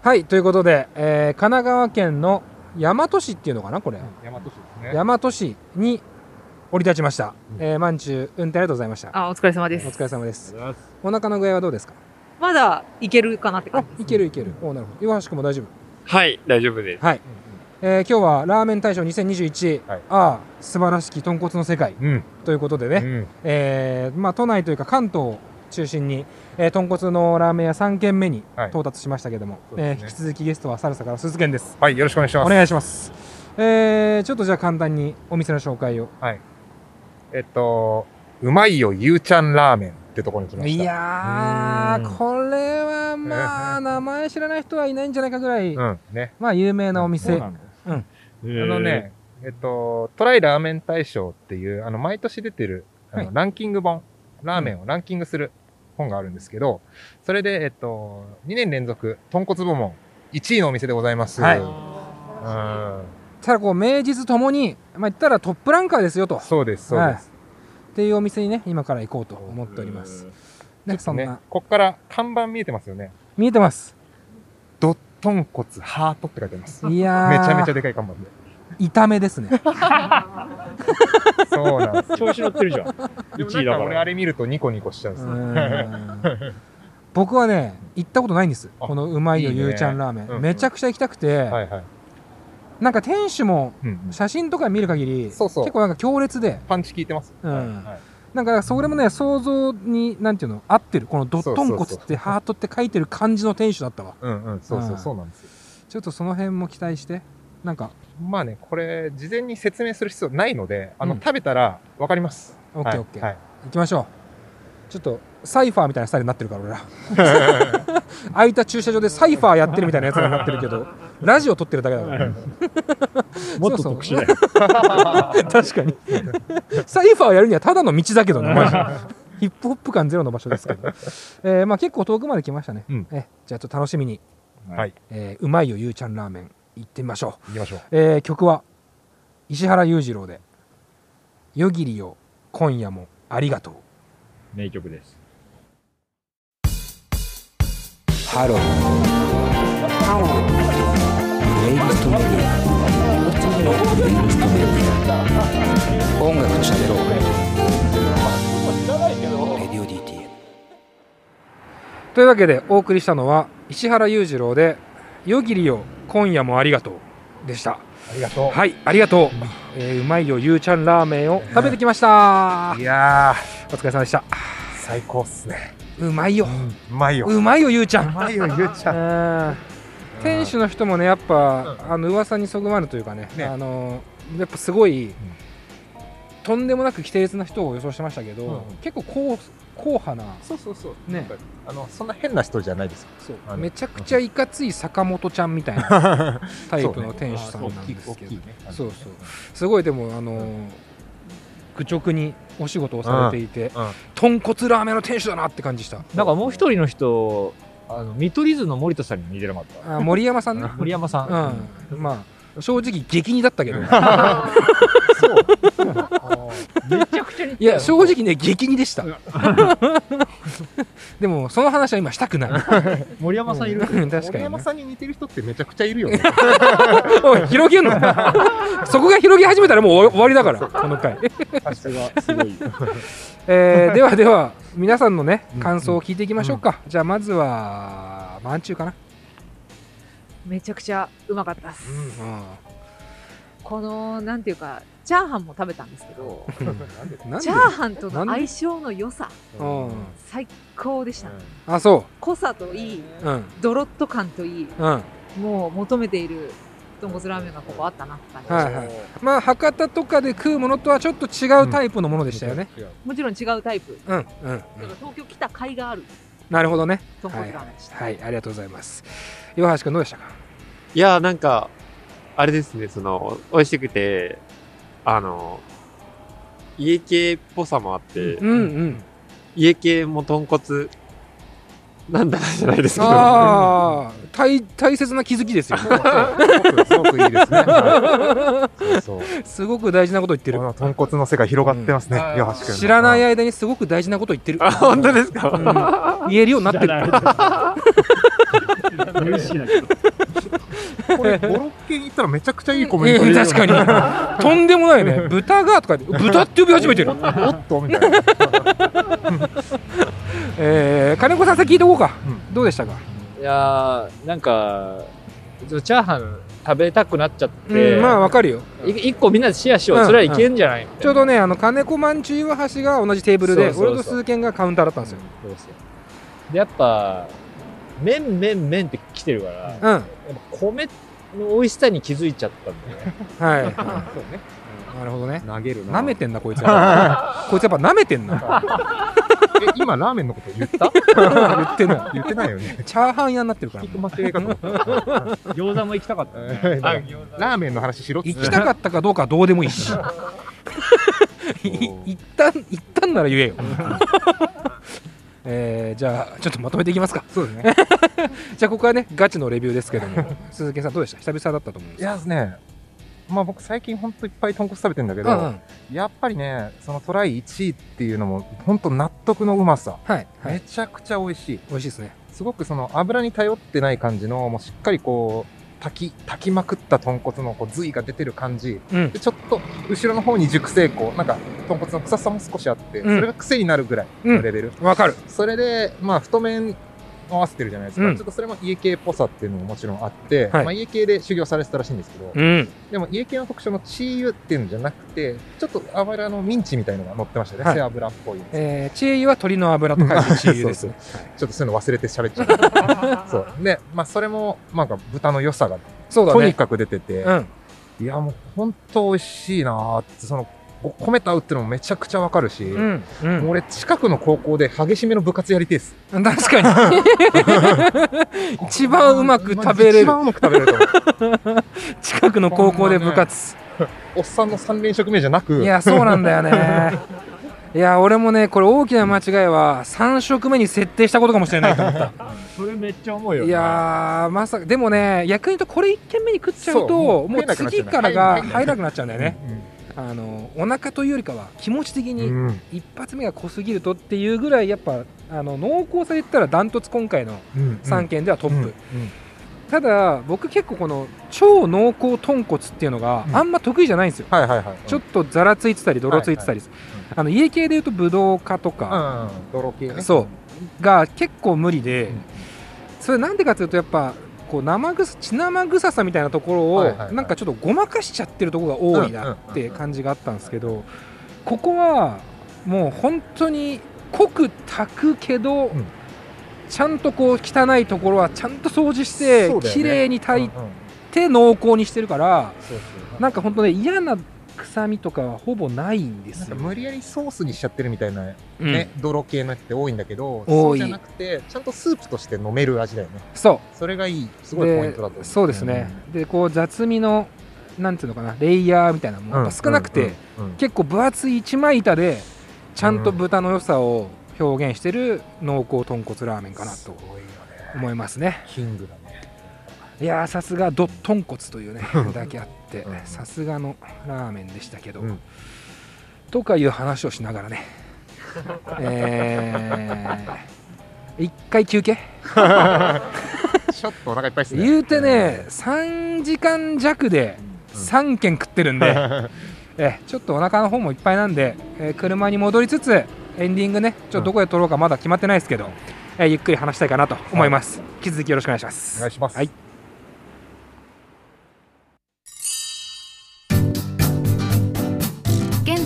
はいということで、えー神奈川県の大和市っていうのかなこれ、
大和市ですね
大和市に降り立ちました、
うん
えー、満中運転ありがとうございました
あお疲れ様
お
です
疲れ様ですお腹の具合はどうですか
まだいけるかなって感
あ
じ
いけるいける、おなるほど岩橋君も大丈夫
はい、大丈夫です。
はい、えー今日はラーメン大賞2021、
はい
ああ素晴らしき豚骨の世界
うん
ということでね、
うん
えーまあ、都内というか関東を中心に、えー、豚骨のラーメン屋3軒目に
はい
到達しましたけども、
そうで
えー
すね
引き続きゲストはサルサから鈴健です
はいよろしくお願いします
お願いします、えーちょっとじゃあ簡単にお店の紹介を
えっと、うまいよ、ゆうちゃんラーメンってところに来まし
い
た。
や
うーん
ーこれは まあ名前知らない人はいないんじゃないかぐらい、
うん、ね。
まあ有名なお店、
の
あのね、えっと、トライラーメン大賞っていう、あの、毎年出てる、あの
はい
ランキング本、ラーメンをランキングする本があるんですけど、それで、えっと、2年連続、豚骨部門、1位のお店でございます。
はい
うん。
ただこう名実ともに、まあ、言ったらトップランカーですよと
そうです、そうです。
はい、っていうお店にね今から行こうと思っておりますねそん
ね
な、
こっから看板見えてますよね。
見えてます
ドットンコツハートって書いてます。
いやー
めちゃめちゃでかい看板で。
痛め ですね
そうなんですよ。
調子乗ってるじゃん
でも
1
な
位
ん
だ
か
か
俺
ら
あれ見るとニコニコしちゃうんですよ。
僕はね行ったことないんです
あ
このうまいよ
いいね
ゆうちゃんラーメン、
うんうん
めちゃくちゃ行きたくて、
はいはい。
なんか店主も
うん
写真とか見る限り
そうそう
結構なんか強烈で
パンチ効いてます。
うん
はいはい
なんかそれもね想像になんていうの合ってるこのドットンコツ
そう
ってハートって書いてる感じの店主だったわ
うんうんそうそうそうなんですよ
ちょっとその辺も期待してなんか
まあねこれ事前に説明する必要ないのであの、
うん
食べたら分かります
オッケーオッケー
はい
行きましょうちょっとサイファーみたいなスタイルになってるから俺 ら空いた駐車場でサイファーやってるみたいなやつになってるけどラジオ撮ってるだけだから
もっと
そうそう
特殊だ
確かにサイファーやるにはただの道だけどねマジでヒップホップ感ゼロの場所ですけど、えーまあ、結構遠くまで来ましたね、
うん
えじゃあちょっと楽しみに、
はい
えーうまいよゆうちゃんラーメン行ってみましょう
行きましょう
えー曲は石原裕次郎で「夜霧よ今夜もありがとう
名曲です。
ハロー。ハロー。プレイリストメディア。プレイリストメディア。音楽と喋ろう。レディオ DTM。」
というわけでお送りしたのは石原裕次郎で「夜霧よ今夜もありがとう」でした
ありがとう、
はいありがとう、えーうまいよゆうちゃんラーメンを食べてきました
い、や
お疲れ様でした
ー最高っすね
うまいよ、
うまいよ
うまいよゆうちゃん
うまいよゆうちゃん
うん店主の人もねやっぱ、あの噂にそぐわぬというかね
ね
あのやっぱすごい、とんでもなく規定烈な人を予想してましたけど、
うんうん
結構硬硬派な
そうそうそう
ね
なんかあのそんな変な人じゃないですよあの
めちゃくちゃいかつい坂本ちゃんみたいな タイプの店主さん
大
なん
きい
です
大
け
きい
ど
ね
そうそうすごいでもあの愚直にお仕事をされていて、
うんうん
豚骨ラーメンの店主だなって感じした
なんかもう一人の人、あの見取り図の森田さんに似てなかっ
あ森山さんね
た。森山さん。
うん、まあ正直激似だったけど
めちゃくちゃ似
いや正直ね激似でした でもその話は今したくない
森山さんいる。
うん確
森
かに
山
ね
さんに似てる人ってめちゃくち ゃいるよね
おい広げんの そこが広げ始めたらもう終わ終わりだからこの回、
さすが
すごい。
えーではでは皆さんのね感想を聞いていきましょうか、じゃあまずはまんちゅうかな、
めちゃくちゃうまかったです。
う
この、なんていうか、チャーハンも食べたんですけど、
ん、なん
チ
で
ャーハンとの
なんで
相性の良さ、
うん
最高でした。
あそ
濃さといい、
ううん
ドロッと感といい、
うん
もう求めている豚骨ラーメンがここあったなって感じでした、
はいはいまあ博多とかで食うものとはちょっと違うタイプのものでしたよね
もちろん違うタイプ。
うんうん、うん、
だから東京来た甲斐がある
なるほどね
豚骨ラーメンでした。
はいありがとうございます岩橋君どうでしたか
いやーなんか、あれですね、その、美味しくて、あの、家系っぽさもあって、
うんうん
家系も豚骨なんだなじゃないですけど、
ああ、大大切な気づきですよ。
すごくいいですね、はいそうそう
すごく大事なこと言ってる
こ。の豚骨の世界広がってますね、
うん
岩橋 君
知らない
や
間にすごく大事なこと言ってる。
あ、 本当ですか、
うん言えるようになってる。
無意識だけど。
これボロッケに行ったらめちゃくちゃいいコメント
うん 確かに。とんでもないね。豚がとか言って豚って呼び始めてる。
おっとみたいな
えー、金子さん先聞いておこうか。どうでしたか。
いやー、なんか、チャーハン食べたくなっちゃっ
う
て、
ん、まあわかるよ。
い一個みんなでシェアしよ
うん
う。それはいけんじゃないみたいな
ちょうどね、あの金子まんちゅう岩橋が同じテーブル
そ
で、
うそうそう
俺と鈴賢がカウンターだったんですよ。
そうですよでやっぱ麺麺麺って来てるから、やっぱ
うん。はい
米の美味しさに気づいちゃったんだよ ね
はい。なるほどね。
投げる
舐めてんなこいつ は。こいつやっぱ舐めてんな。
え今ラーメンのこと言った
言ってない。
言ってないよね
チャーハン屋になってるから。
聞く間違いかと思った
餃子も行きたかったね。
えーだからラーメンの話しろっつっ
行
て
きたかったかどうかはどうでもいいしい行ったん行ったんなら言えよえーじゃあちょっとまとめていきますか
そうですね
じゃあここはねガチのレビューですけども鈴木さんどうでした久々だったと思うんで
い
す
やですねまあ僕最近ほんといっぱい豚骨食べてんだけ
け
ど、
どうんうん
やっぱりねそのトライ1位っていうのもほんと納得のうまさ、
はい、は
め
い、
ちゃくちゃ美味しい
美味しいですね
すごくその油に頼ってない感じのもうしっかりこう炊き炊きまくった豚骨のこう髄が出てる感じ
うん
でちょっと後ろの方に熟成香なんか豚骨の臭さも少しあって、
うん
それが癖になるぐらいのレベル、
わかる
それでまあ太麺合わせてるじゃないですか、
うん
ちょっとそれも家系っぽさっていうのももちろんあって、
はい
まあ、家系で修行されてたらしいんですけど、
うん
でも家系の特徴のチー油っていうのじゃなくてちょっと油のミンチみたいのが乗ってましたね、
はい
背脂っぽいやつ
えー、知恵は鳥の油と書いて知恵ですね
ちょっとそういうの忘れて喋っちゃうそうで、まあ、それもなんか豚の良さが
そうだね
とにかく出てて、
うん
いやもう本当美味しいなーってそのお米と合うってのもめちゃくちゃわかるし、
んうん
もう俺近くの高校で激しめの部活やりてえっす
確かに一番うまく食べれる
一番うまく食べれる と思う
近くの高校で部活、
おっさんの三連食目じゃなく
いやそうなんだよねいや俺もねこれ大きな間違いは3食目に設定したことかもしれないと思った
それめっちゃ思うよ、
いやーまさかでもね逆に言うとこれ1軒目に食っちゃうと
そう
もう
もう食えなくなっちゃ
次
うね
からが
入んない
入らなくなっちゃうんだよね、あのお腹というよりかは気持ち的
う
に
ん
一発目が濃すぎるとっていうぐらいやっぱあの濃厚さで言ったらダントツ今回の
うんうん
3軒ではトップ、
うん
ただ僕結構この超濃厚豚骨っていうのがあんま得意じゃないんですよ、ちょっとざらついてたり泥ついてたり、あの家系でいうとブドウ科とか、
泥系ね
そうが結構無理で、それなんでかというとやっぱこう生臭血生臭さみたいなところを、
はいはいはい
なんかちょっとごまかしちゃってるところが多いなって感じがあったんですけど、ここはもう本当に濃く炊くけど、ちゃんとこう汚いところはちゃんと掃除して、
そうだよ
綺
ね
麗に炊いて濃厚にしてるから、
そう
なんか本当ね嫌な臭みとかはほぼないんですよ
無理やりソースにしちゃってるみたいな、
うん
ね泥系のやつって多いんだけどそ
多
う
い
じゃなくてちゃんとスープとして飲める味だよね
そう
それがいいすごいポイントだと思う
でそうですね、でこう雑味のなんていうのかなレイヤーみたいなのもやっぱ少なくて、
うんうんうんうん
結構分厚い一枚板でちゃんと豚の良さを表現してる濃厚豚骨ラーメンかなと思いますね
キングだね
いやーさすがドットンコツというねだけあってさすがのラーメンでしたけど、とかいう話をしながら ねえー、一回休憩
ちょっとお腹いっぱいですね
言うてね、3時間弱で3軒食ってるん で、えちょっとお腹の方もいっぱいなんで、えー車に戻りつつエンディングねちょっとどこで撮ろうかまだ決まってないですけど、えーゆっくり話したいかなと思います、引き続きよろしくお願いしますお願
いします、
はい、
現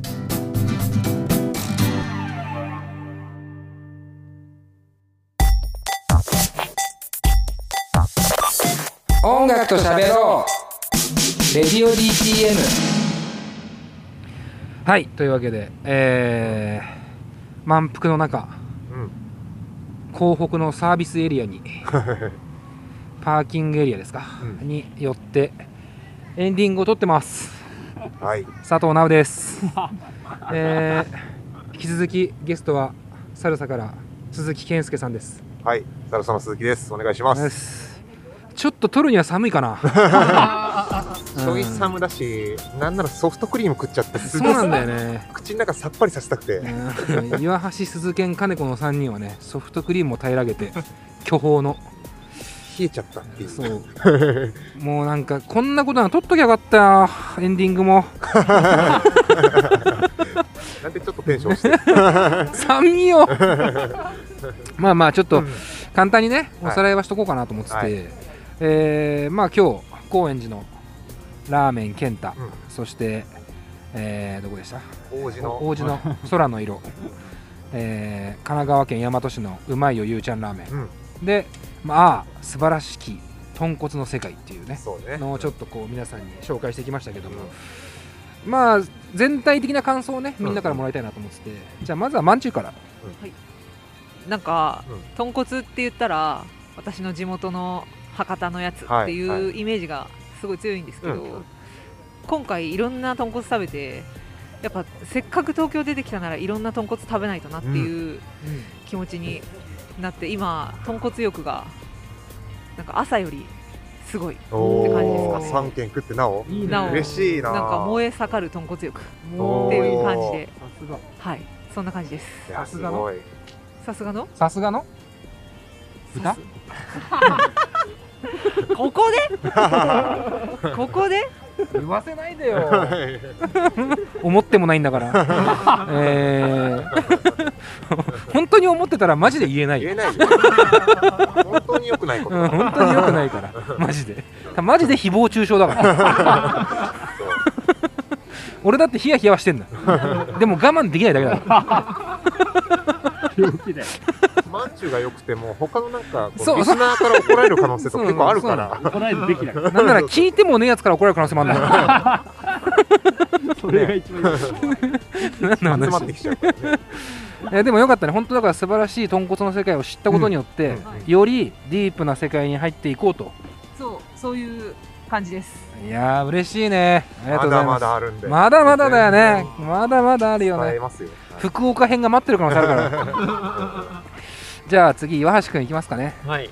音楽と喋ろうレディオ DTM
はいというわけでえー満腹の中、港北のサービスエリア にパーキングエリアですか、によってエンディングを撮ってます
はい
佐藤直 です、えー引き続きゲストはサルサから鈴木健介さんです
はいサルサの鈴木ですお願いします
ちょっと撮るには寒いか な
ちょい寒だし、なんならソフトクリーム食っちゃってす
そう
げえ
なんだよね
口の中さっぱりさせたくて
うん岩橋鈴賢金子の3人はねソフトクリームを平らげて巨峰の
冷えちゃったっていう
そうもうなんかこんなことなら撮っときゃよかったよエンディングも
なんでちょっとテンションして
寒い よまあまあちょっ
う
と
ん
簡単にね
は
お
い
さらいはしとこうかなと思ってて、
はい
えーまあ今日高円寺のラーメン健太、そして、えーどこでした
王子の
王子の空の色、えー神奈川県大和市のうまいよゆうちゃんラーメン、でまあ素晴らしき豚骨の世界っていうねのをちょっとこう皆さんに紹介してきましたけども、まあ全体的な感想をねみんなからもらいたいなと思ってて、じゃあまずはまんちゅうから
はい、なんか、
うん
豚骨って言ったら私の地元の博多のやつってい
はいは
うイメージがすごい強いんですけど、
うん
今回いろんな豚骨食べてやっぱせっかく東京出てきたならいろんな豚骨食べないとなっていう気持ちになって今豚骨欲がなんか朝よりすごいって感じ
お
ですか
お、
ね。
三3件食ってなお
いいなお
嬉しいな
なんか燃え盛る豚骨浴って
おー
いう感じで
さすが
はいそんな感じです
いやすごい
さすがの
さすがの豚
ここ でここで
言わせないで
よ
思ってもないんだから、えー 本当に思ってたらマジで言えない
言え
ない
よ本当に良くないことだ
うん、本当に良くないからマジでマジで誹謗中傷だから俺だってヒヤヒヤはしてんだでも我慢できないだけだから
病気だよまんじゅうが良くても他のなんかこ
そう
うリスナーから怒られる可能性とか結構あるから
そうそう
る
なんなら聞いてもねえやつから怒られる可能性もあるんだから。
それが一番いい
何の話
集まってきちゃう からね
いやでもよかったね、本当だから素晴らしい豚骨の世界を知ったことによって、よりディープな世界に入っていこうと。
そうそういう感じです
いやー、嬉しいね。ありがとうございます。
まだまだあるんで
まだまだだよね。まだまだあるよね。福岡編が待ってる可能性あるから。じゃあ次、岩橋くんいきますかね。
はい。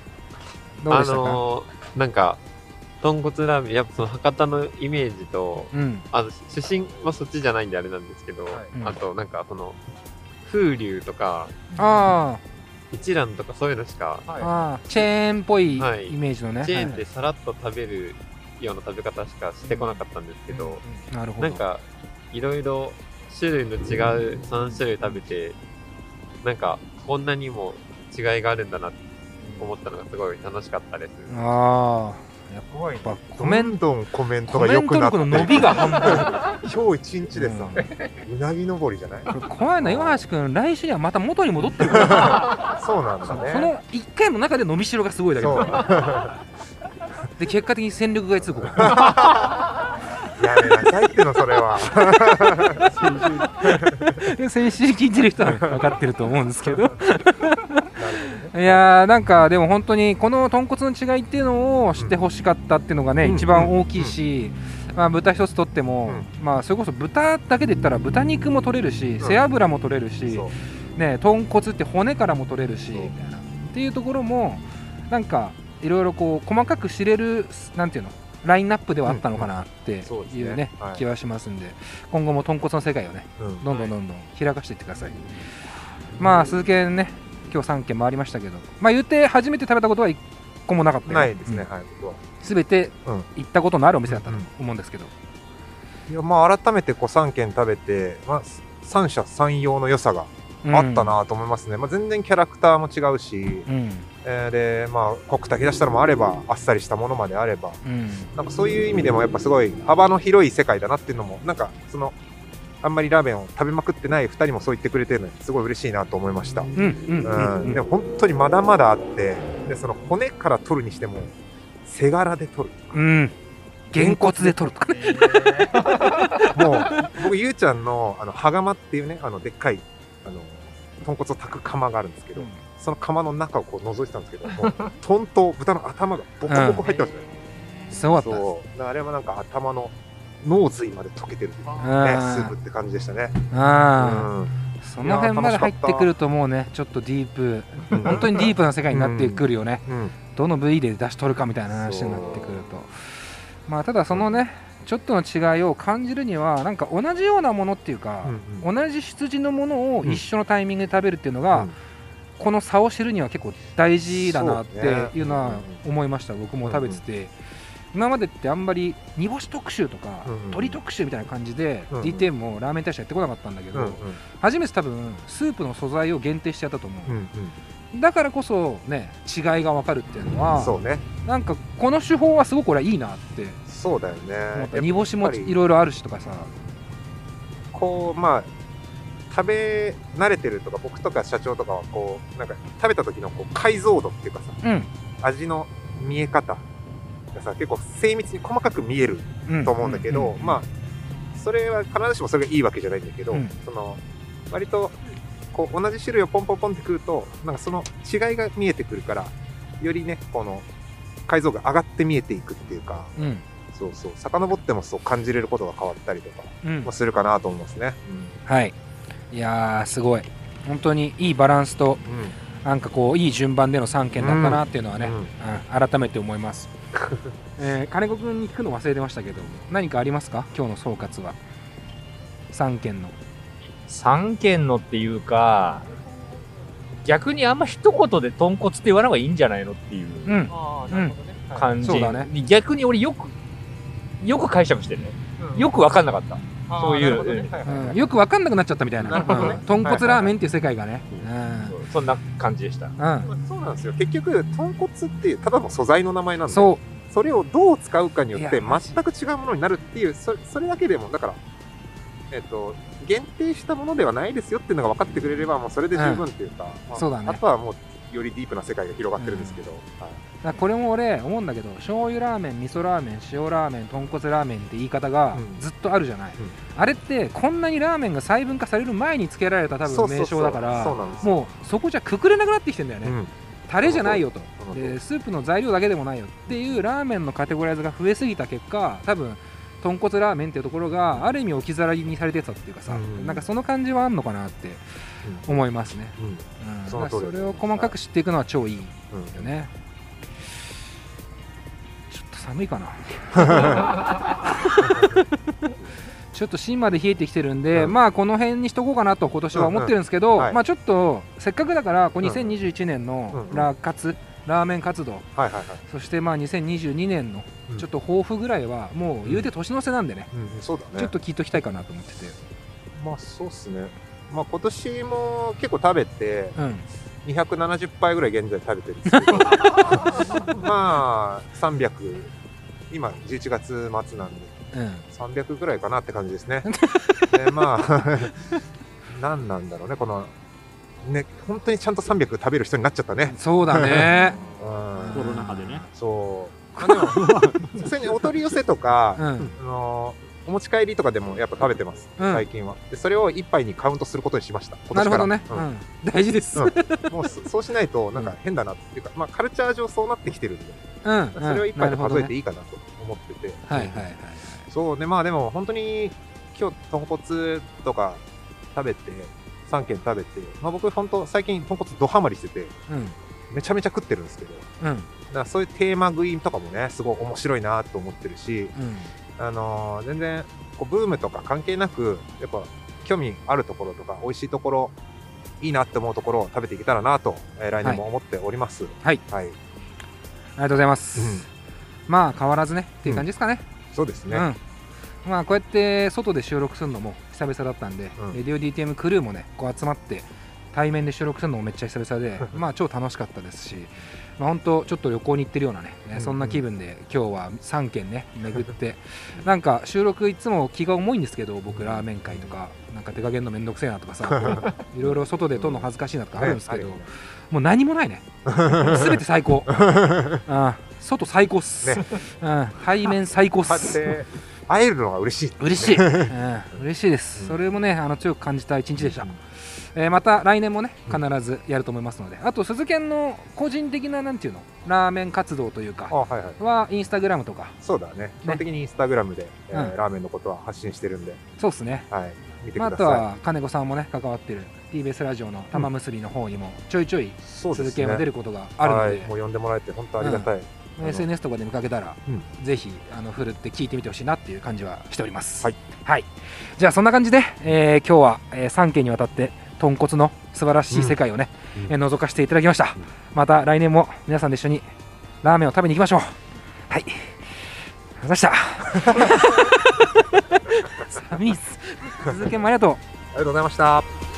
どうでした
あ
か、
のーなんか、豚骨ラーメン、やっぱその博多のイメージと、
うん
あの出身はそっちじゃないんであれなんですけど、
うん
あとなんかその、風流とか、
あ
一蘭とかそういうのしか、
あ、ああ、チェーンっぽいイメージのね。
チェーン
はい
でさらっと食べるような食べ方しかしてこなかったんですけど、
うんなるほど
んかいろいろ種類の違う3種類食べてなんかこんなにも違いがあるんだなって思ったのがすごい楽しかったです
ああ、や
っ
ぱ
コメントコメント
コ
が
メ
良
ント
くなって
力の伸びが半端ない。
今日一日でさ、うなぎ登りじゃない
怖いな、岩橋君、来週にはまた元に戻ってるから、
そうなんだね
その1回の中で伸びしろがすごいだけど、で結果的に戦力外通告、
やめなさいってのそれは
で先週聞いてる人は分かってると思うんですけど、いやー、なんかでも本当に、この豚骨の違いっていうのを知ってほしかったっていうのがね、
うん
一番大きいし。まあ、豚一つとっても、まあ、それこそ豚だけで言ったら豚肉も取れるし、背脂も取れるし、ね、豚骨って骨からも取れるしみたいなっていうところもなんかいろいろこう細かく知れるなんていうのラインナップではあったのかなっていうね,、
はい
気はしますんで今後も豚骨の世界をね、
うん
どんどんどんどん開かしていってください、まあ鈴木ね今日3軒回りましたけどまあ言って初めて食べたことは1個もなかった
ないですね、
うん
はい僕は
全て
うん
行ったことのあるお店だったと思うんですけど、
いやまあ改めてこう3軒食べて、まあ、三者三様の良さがあったなと思いますね、まあ、全然キャラクターも違うし、
うん
えーでまあ濃く炊き出したのもあればあっさりしたものまであれば
うん
なんかそういう意味でもやっぱすごい幅の広い世界だなっていうのもなんかそのあんまりラーメンを食べまくってない2人もそう言ってくれてるのですごい嬉しいなと思いました、うん
うんうん
でも本当にまだまだあってでその骨から取るにしても背柄で取る
うんげんこつで取るとかね
も う僕ゆうちゃんのあの羽釜っていうねあのでっかいあの豚骨を炊く釜があるんですけど、その釜の中をこう覗いてたんですけどもうトンと豚の頭がボコボコ入ってますね、
すごかった
そうだからあれはなんか頭の脳髄まで溶けてるという
あ
かね
ー
スープって感じでしたね
あ
あ、うん
その辺まで入ってくるともうねちょっとディープ本当にディープな世界になってくるよね、どの部位で出し取るかみたいな話になってくるとまあただそのねちょっとの違いを感じるにはなんか同じようなものっていうか、同じ出自のものを一緒のタイミングで食べるっていうのが、この差を知るには結構大事だなっていうのは思いました、僕も食べてて、今までってあんまり煮干し特集とか、鶏特集みたいな感じで、
うんうん
DTM もラーメン大使やってこなかったんだけど、
うんうん
初めて多分スープの素材を限定してやったと思う、だからこそね違いが分かるっていうのは
そうね
なんかこの手法はすごく俺はいいなって
そうだよね
思った
やっぱり
煮干しもいろいろあるしとかさ
こうまあ食べ慣れてるとか僕とか社長とかはこうなんか食べた時のこう解像度っていうかさ
うん
味の見え方がさ結構精密に細かく見えると思うんだけど、まあそれは必ずしもそれがいいわけじゃないんだけど、
うん
その割とこう同じ種類をポンポンポンって食うとなんかその違いが見えてくるからよりねこの解像度が上がって見えていくっていうか、
うん
そうそう遡ってもそう感じれることが変わったりとか
うん
もするかなと思いますね。
はいいやーすごい本当にいいバランスと、なんかこういい順番での3件だったなっていうのはね、
うんうん
うん改めて思い ます、えー金子君に聞くの忘れてましたけど何かありますか今日の総括は3件の
3件のっていうか、逆にあんま一言で豚骨って言わない方がいいんじゃないのっていう
うん
感じ、
そうだね
逆に俺よく、よく解釈してるね。よく分かんなかった。
あー
そういう、うん
うんよく分かんなくなっちゃったみたいな
なるほどね
うん豚骨ラーメンっていう世界がね、
そんな感じでした。
うん
そうなんですよ結局豚骨ってただの素材の名前なんで
そ
れをどう使うかによって
いや
全く違うものになるっていうそそれだけでもだから、えっと限定したものではないですよっていうのが分かってくれればもうそれで十分っていうか、まあ
そうだね
あとはもうよりディープな世界が広がってるんですけど、はい
だからこれも俺思うんだけど醤油ラーメン味噌ラーメン塩ラーメン豚骨ラーメンって言い方がずっとあるじゃない、あれってこんなにラーメンが細分化される前に付けられた多
そう
分
そうそう
名称だから
そうなんです
もうそこじゃくくれなくなってきてんだよね、
うん
タレじゃないよと
その通り
でスープの材料だけでもないよっていうラーメンのカテゴライズが増えすぎた結果多分豚骨ラーメンっていうところがある意味置き去りにされてたっていうかさ、
うん
なんかその感じはあんのかなって思いますね、
うん
うん
その通り
それを細かく知っていくのは超いいよね、ちょっと寒いか なちょっと芯まで冷えてきてるんで、まあこの辺にしとこうかなと今年は思ってるんですけど、
うんうんはい
まあちょっとせっかくだからこう
うん
2021年の
うん
ラー活、ラーメン活動
はいはいはい
そしてまあ2022年のちょっと抱負ぐらいはもう言うて年の瀬なんでね、
うんそうだね
ちょっと聞いときたいかなと思ってて
まあそうっすね。まあ今年も結構食べて、
うん
270杯ぐらい現在食べてるんですけど、まあ300、今11月末なんで、
うん
300ぐらいかなって感じです ね。でまあ、 何なんだろうね、この、ね、本当にちゃんと300食べる人になっちゃったね。
そうだ ね
うん
コロナ禍でね
そ う。まあ、でも、さすがにお取り寄せとか、
うん
あのお持ち帰りとかでもやっぱ食べてます、
うん
最近はで。それを一杯にカウントすることにしました。
な
今
る
年
ほ
か
ど
ら
ね、
う
うんん大事です、
うんもうそそうしないと、なんか変だなっていうか、まあ、カルチャー上そうなってきてるんで、
うんうん
それを一杯で数えていいかなと思ってて、
はいはいはい
そうね、まあでも本当に今日、豚骨とか食べて、3軒食べて、まあ、僕、本当、最近、豚骨ドハマりしてて、めちゃめちゃ食ってるんですけど、だ
うん
からそういうテーマ食いとかもね、すごい面白いなと思ってるし、あのー全然こうブームとか関係なくやっぱ興味あるところとか美味しいところいいなって思うところを食べていけたらなと、えー来年も思っております
はい、
はい
ありがとうございます、まあ変わらずねっていう感じですかね、
そうですね、
うんまあこうやって外で収録するのも久々だったんで、レディオ DTM クルーもねこう集まって対面で収録するのもめっちゃ久々でまあ超楽しかったですし、まあ、本当ちょっと旅行に行ってるようなね、
うんうん
そんな気分で今日は3軒ね巡って なんか収録いつも気が重いんですけど僕ラーメン会とかなんか出かけるのめんどくせえなとかさいろいろ外で撮るの恥ずかしいなとかあるんですけど、
ねある
もう何もないね全て最 高うん外最高っす、
ね
うん、対面最高っ
こうやっ
す
て会えるのが嬉しいっていうね
嬉しい、うん嬉しいです、それもねあの強く感じた一日でした、えーまた来年もね必ずやると思いますので、あと鈴研の個人的ななんていうのラーメン活動というかは、
はいはい
インスタグラムとか
そうだね基本的にインスタグラムで、えー
うん
ラーメンのことは発信してるんで
そうですね、
はい見て
まあ、
く
あ
だ
と
さい、
は金子さんもね関わってる TBS ラジオの玉結びの方にもちょいちょい鈴研は出ることがあるので
はいもう呼んでもらえて本当ありがたい、
うん SNS とかで見かけたら、ぜひあの振るって聞いてみてほしいなっていう感じはしております。はい、じゃあそんな感じで、えー今日は、え3件にわたって豚骨の素晴らしい世界をね、えー覗かせていただきました、また来年も皆さんで一緒にラーメンを食べに行きましょう。はい、ありがとうござ いました。寒いっす。鈴木もありがとう。あ
りがとうございました。